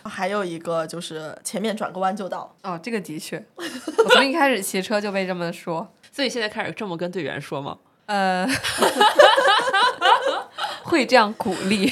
还有一个就是前面转个弯就到，哦，这个的确，我从一开始骑车就被这么 说。所以现在开始这么跟队员说吗？呃， 会这样鼓励。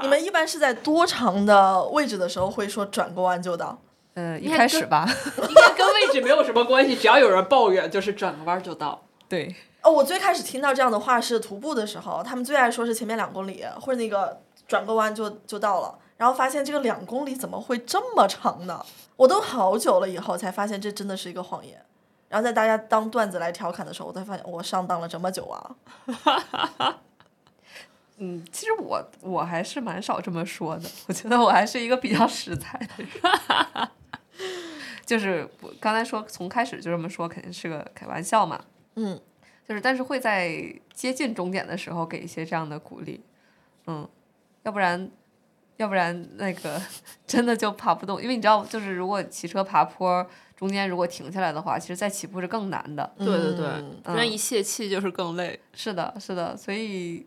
你们一般是在多长的位置的时候会说转个弯就到？呃，一你看开这始吧，应该跟位置没有什么关系，只要有人抱怨，就是转个弯就到。对，哦，我最开始听到这样的话是徒步的时候，他们最爱说是前面两公里或者那个转个弯就就到了，然后发现这个两公里怎么会这么长呢？我都好久了以后才发现这真的是一个谎言。然后在大家当段子来调侃的时候，我才发现我上当了这么久啊！嗯，其实我我还是蛮少这么说的，我觉得我还是一个比较实在的人。就是我刚才说，从开始就这么说，肯定是个开玩笑嘛。嗯，就是但是会在接近终点的时候给一些这样的鼓励，嗯，要不然，要不然那个 真的就爬不动，因为你知道，就是如果骑车爬坡中间如果停下来的话，其实再起步是更难的。对对对，嗯不然一泄气就是更累。是的，是的，所以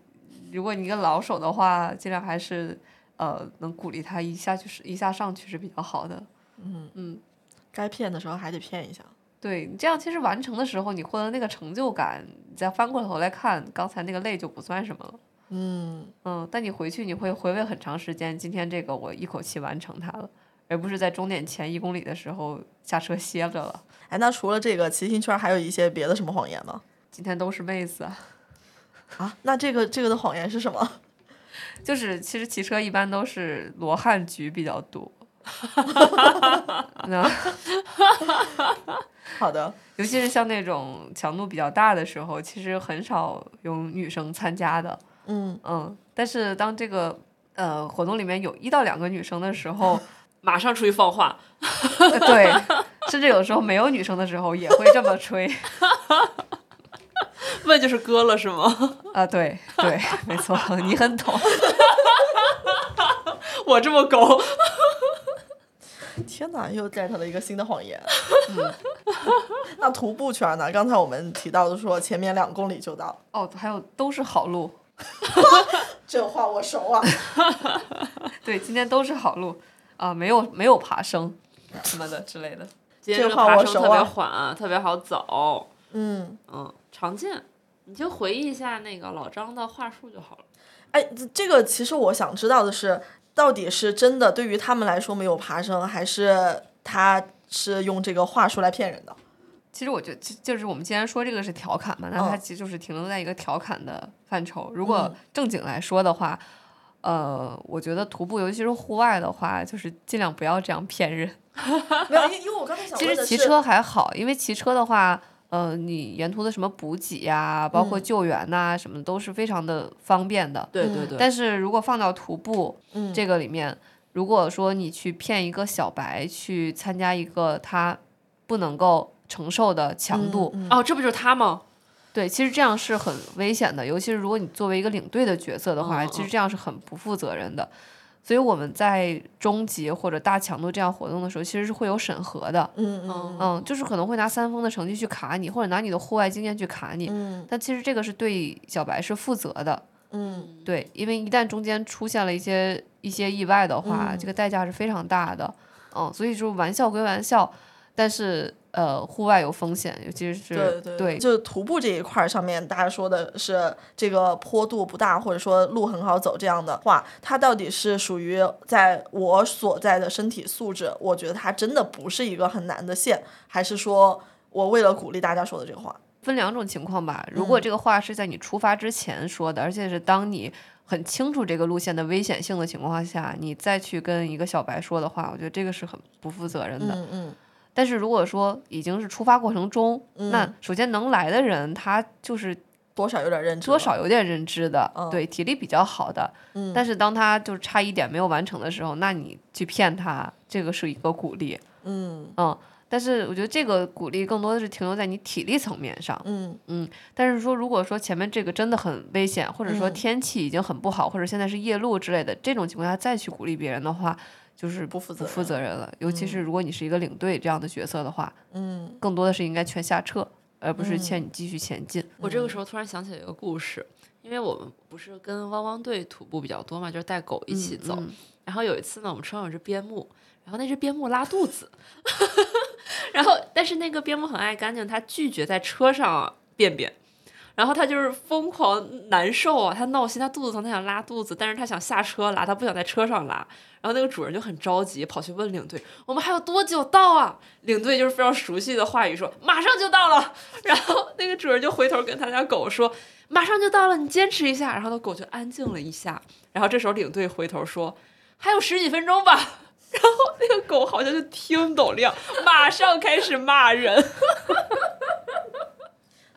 如果你一个老手的话，尽量还是呃能鼓励他一下就是一下上去是比较好的。嗯该骗的时候还得骗一下。对你这样，其实完成的时候你获得那个成就感，你再翻过头来看刚才那个累就不算什么了。嗯，嗯，但你回去你会回味很长时间，今天这个我一口气完成它了，而不是在终点前一公里的时候下车歇着了。哎，那除了这个骑行圈，还有一些别的什么谎言吗？今天都是妹子啊，啊，那这个这个的谎言是什么？就是其实骑车一般都是罗汉局比较多。那好的，尤其是像那种强度比较大的时候，其实很少有女生参加的。嗯，嗯，但是当这个呃活动里面有一到两个女生的时候，马上出去放话，呃对，甚至有时候没有女生的时候也会这么吹 问就是割了是吗？ 啊，对对，没错， 你很懂。我这么狗，天哪，又 get 了一个新的谎言。嗯， 那徒步圈呢？刚才我们提到的说前面两公里就到，哦，还有都是好路，这话我熟啊。 对，今天都是好路啊，没有没有爬升什么的之类的。今天这这个话爬我升熟特别啊缓、特别好走。嗯，嗯，常见，你就回忆一下那个老张的话术就好了。哎，这这个其实我想知道的是，到底是真的对于他们来说没有爬升，还是他是用这个话术来骗人的？ 其实我觉得，就就是我们既然说这个是调侃嘛，那它嗯其实就是停留在一个调侃的范畴。如果正经来说的话，呃，我觉得徒步，尤其是户外的话，就是尽量不要这样骗人。没有，因因为我刚才想其问实的是，骑车还好，因为骑车的话，呃，你沿途的什么补给呀、包括嗯救援呐、什么的，都是非常的方便的。对嗯对对，但是如果放到徒步嗯，这个里面，如果说你去骗一个小白去参加一个他不能够承受的强度，嗯嗯哦，这不就是他吗？对，其实这样是很危险的，尤其是如果你作为一个领队的角色的话，嗯嗯其实嗯这样是很不负责任的。所以我们在中级或者大强度这样活动的时候，其实是会有审核的，嗯嗯嗯嗯，就是可能会拿三峰的成绩去卡你，或者拿你的户外经验去卡你，嗯但其实这个是对小白是负责的，嗯对，因为一旦中间出现了一些一些意外的话，嗯这个代价是非常大的。嗯，所以说玩笑归玩笑，但是呃，户外有风险，尤其是对对对，就徒步这一块儿上面，大家说的是这个坡度不大，或者说路很好走这样的话，它到底是属于在我所在的身体素质，我觉得它真的不是一个很难的线，还是说我为了鼓励大家说的这个话？分两种情况吧。如果嗯这个话是在你出发之前说的，而且是当你很清楚这个路线的危险性的情况下，你再去跟一个小白说的话，我觉得这个是很不负责任的。嗯嗯但是如果说已经是出发过程中，那嗯首先能来的人，他就是多少有点认知，多少有点认知的，嗯对体力比较好的。嗯，但是是当他就是差一点没有完成的时候，那你去骗他，这个是一个鼓励，嗯嗯。但是我觉得这个鼓励更多的是停留在你体力层面上，嗯但是说如果说前面这个真的很危险，或者说嗯天气已经很不好，或者现在是夜路之类的这种情况下再去鼓励别人的话，就是不负责不负任责任了。尤其是嗯如果你是一个领队这样的角色的话，嗯更多的是应该劝下撤，而不是嗯劝你继续前进。嗯我这个时候突然想起一个故事，因为我们不是跟汪汪队徒步比较多嘛，就是带狗一起嗯走。嗯然后有一次呢，我们车上有只边牧，然后那只边牧拉肚子， 然后但是那个边牧很爱干净，它拒绝在车上便便。然后它就是疯狂难受啊，它闹心，它肚子疼，它想拉肚子，但是它想下车拉，它不想在车上拉。然后那个主人就很着急，跑去问领队：“我们还有多久到啊？”领队就是非常熟悉的话语说：“马上就到了。” 然后那个主人就回头跟他家狗说：“马上就到了，你坚持一下。”然后那狗就安静了一下。然后这时候领队回头说：“还有十几分钟吧。” 然后那个狗好像就听懂了，马上开始骂人。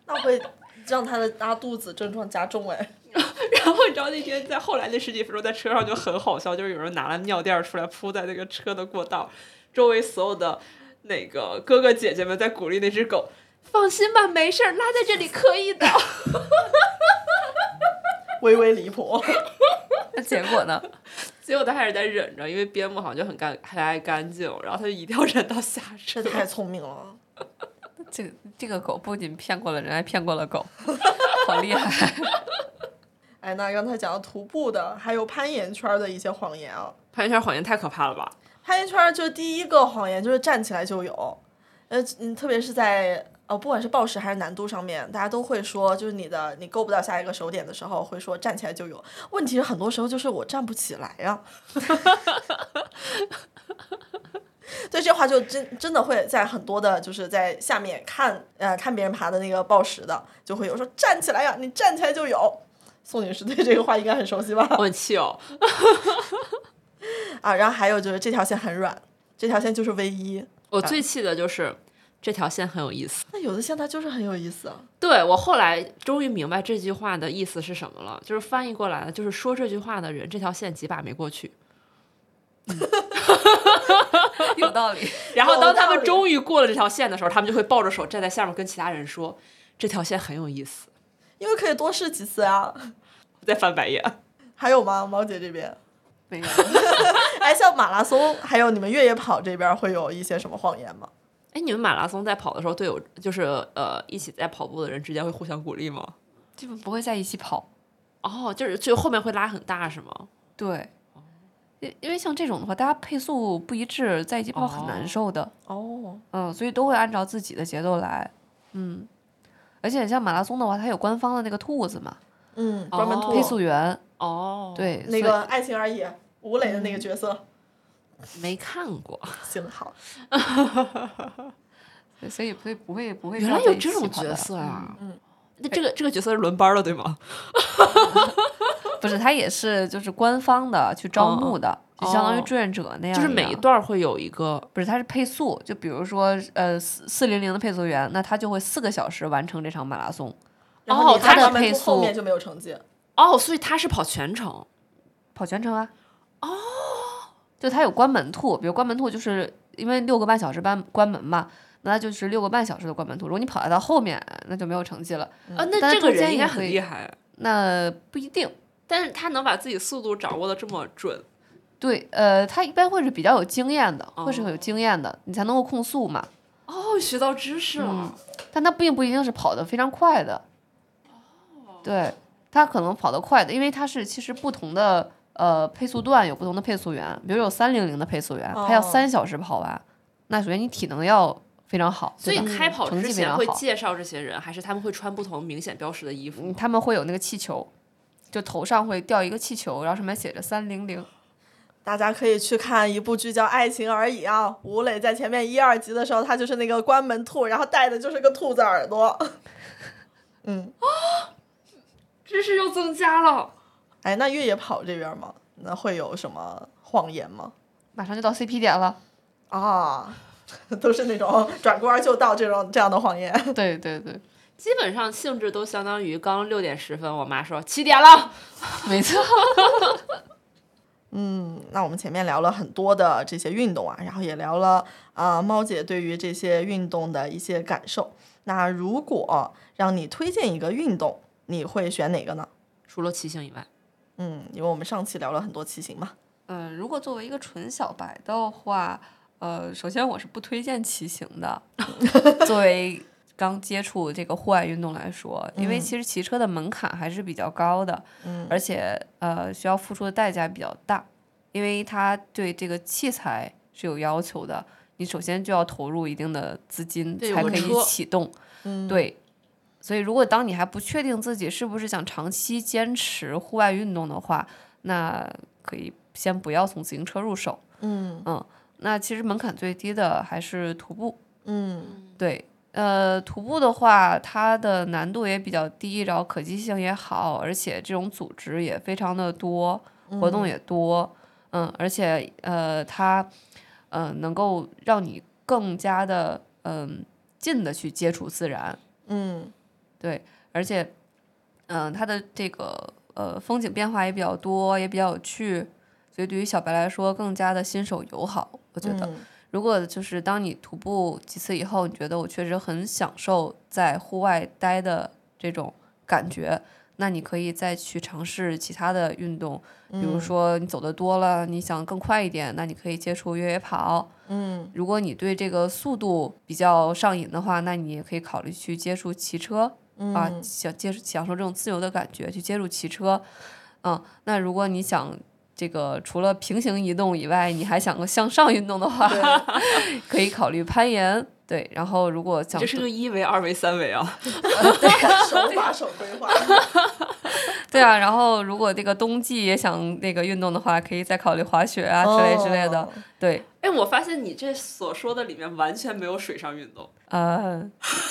那会让他的拉肚子症状加重哎。然后你知道那天在后来那十几分钟在车上就很好笑，就是有人拿了尿垫儿出来铺在那个车的过道，周围所有的那个哥哥姐姐们在鼓励那只狗，放心吧，没事儿，拉在这里可以的。微微离谱，那结果呢？ 结果他还是在忍着，因为边牧好像就很干很爱干净，然后他就一定要忍到下车 这。太聪明了。这个这个狗不仅骗过了人，还骗过了狗， 好厉害！哎，那刚才讲到徒步的，还有攀岩圈的一些谎言啊。潘一圈谎言太可怕了 吧？攀岩圈儿就第一个谎言就是站起来就有，呃，嗯，特别是在呃，不管是报时还是难度上面，大家都会说，就是你的你够不到下一个手点的时候，会说站起来就有。问题是很多时候就是我站不起来呀、 对这话就真真的会在很多的，就是在下面看呃看别人爬的那个报时的，就会有说站起来呀、你站起来就有。宋女士对这个话应该很熟悉吧？ 我很气哦。啊，然后还有就是这条线很软，这条线就是 V 一。我最气的就是这条线很有意思。那有的线它就是很有意思啊。对我后来终于明白这句话的意思是什么了，就是翻译过来了，就是说这句话的人这条线几把没过去。有道理。然后当他有道们理终于过了这条线的时候，他们就会抱着手站在下面跟其他人说：“这条线很有意思。因为可以多试几次啊。”我在翻白眼。还有吗？毛姐这边， 没有，哎，像马拉松，还有你们越野跑这边会有一些什么谎言吗？哎，你们马拉松在跑的时候，队友就是呃一起在跑步的人之间会互相鼓励吗？基本不会在一起跑。哦，就是就后面会拉很大是吗？对，因因为像这种的话，大家配速不一致，在一起跑很难哦受的。哦，嗯，所以都会按照自己的节奏来。嗯，而且像马拉松的话，它有官方的那个兔子嘛，嗯，专门哦吐配速员。哦，，对，那所以个《爱情而已》，吴磊的那个角色，没看过，幸哦好对所以所以不会不会原放来在有一这起种跑角的色啊！嗯嗯，那这个这个角色是轮班了对吗？不是，它也是就是官方的去招募的，就相当于哦志愿者那样。就是每一。段儿会有一个不是，它是配速，就比如说，呃，四四零零的配速员，那他就会四个小时完成这场马拉松，然后哦你它看的他们配后速面就没有成绩。哦，所以他是跑全程跑全程啊。哦，就他有关门兔，比如关门兔就是因为六个半小时关关门嘛，那它就是六个半小时的关门兔。如果你跑在它后面，那就没有成绩了。啊。嗯但那是这个中人间应也该很会厉害，那不一定，但是他能把自己速度掌握的这么准，对，呃，他一般会是比较有经验的，会是哦有经验的，你才能够控速嘛。哦，学到知识了。但他并不一定是跑得非常快的，对他可能跑得快的，因为他是其实不同的呃配速段有不同的配速员，比如有三零零的配速员，他要哦三小时跑完，那首先你体能要非常好，所以对吧开跑成绩之非前常会好介绍这些人，还是他们会穿不同明显标识的衣服嗯？他们会有那个气球，就头上会吊一个气球，然后上面写着三零零。大家可以去看一部剧叫《爱情而已》啊，吴磊在前面一二集的时候，他就是那个关门兔，然后戴的就是个兔子耳朵。 嗯，知识又增加了。哎，那越野跑这边嘛，那会有什么谎言吗？马上就到 CP 点了， 啊，都是那种转弯就到这种这样的谎言。对对对，基本上性质都相当于刚六点十分，我妈说七点了，没错。 那我们前面聊了很多的这些运动啊，然后也聊了啊、呃猫姐对于这些运动的一些感受。那如果让你推荐一个运动，你会选哪个呢？除了骑行以外，嗯，因为我们上期聊了很多骑行嘛。嗯、如果作为一个纯小白的话，呃，首先我是不推荐骑行 的。作为刚接触这个户外运动来说，因嗯为其实骑车的门槛还是比较高的，嗯而且呃需要付出的代价比较大，因为它对这个器材是有要求的。你首先就要投入一定的资金对有才个可以车启动，嗯，对，所以如果当你还不确定自己是不是想长期坚持户外运动的话，那可以先不要从自行车入手。嗯那其实门槛最低的还是徒步，嗯对。呃，徒步的话，它的难度也比较低，然后可及性也好，而且这种组织也非常的多，活动也多，嗯，而且呃，它呃能够让你更加的嗯、近的去接触自然，嗯对，而且，嗯、它的这个呃风景变化也比较多，也比较有趣，所以对于小白来说更加的新手友好。我觉得，嗯如果就是当你徒步几次以后，你觉得我确实很享受在户外待的这种感觉，那你可以再去尝试其他的运动，比嗯如说你走的多了，你想更快一点，那你可以接触越野跑，嗯如果你对这个速度比较上瘾的话，那你也可以考虑去接触骑车、嗯啊，嗯想接享受这种自由的感觉，去接触骑车。嗯，那如果你想这个除了平行移动以外，你还想向上运动的话，可以考虑攀岩。对，然后如果想这是个一维、二维、三维啊。 手把手规 划。啊对啊，然后如果这个冬季也想那个运动的话，可以再考虑滑雪啊之类之类的。哦对，哎，我发现你这所说的里面完全没有水上运动，呃，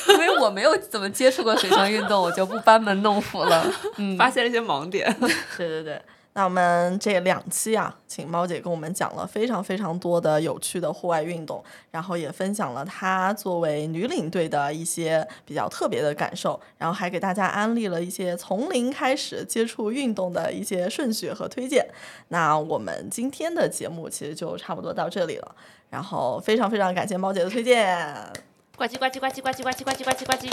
因为我没有怎么接触过水上运动，我就不班门弄斧了。嗯，发现了一些盲点。 对对对，那我们这两期啊，请猫姐跟我们讲了非常非常多的有趣的户外运动，然后也分享了她作为女领队的一些比较特别的感受，然后还给大家安利了一些从零开始接触运动的一些顺序和推荐。那我们今天的节目其实就差不多到这里了，然后非常非常感谢猫姐的推荐。呱唧呱唧呱唧呱唧呱唧呱唧呱唧呱唧。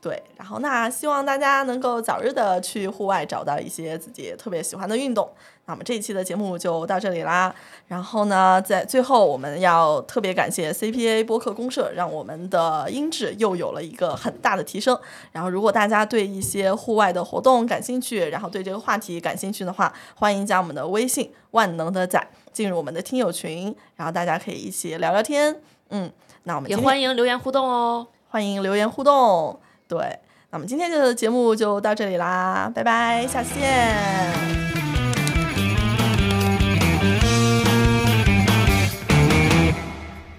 对，然后那希望大家能够早日的去户外找到一些自己特别喜欢的运动。那么这一期的节目就到这里啦。然后呢，在最后我们要特别感谢 CPA 播客公社，让我们的音质又有了一个很大的提升。然后如果大家对一些户外的活动感兴趣，然后对这个话题感兴趣的话，欢迎加我们的微信“万能的仔”进入我们的听友群，然后大家可以一起聊聊天。嗯，那我们 也今天欢迎留言互动哦，欢迎留言互动。对，那么今天的节目就到这里啦，拜拜，下次见。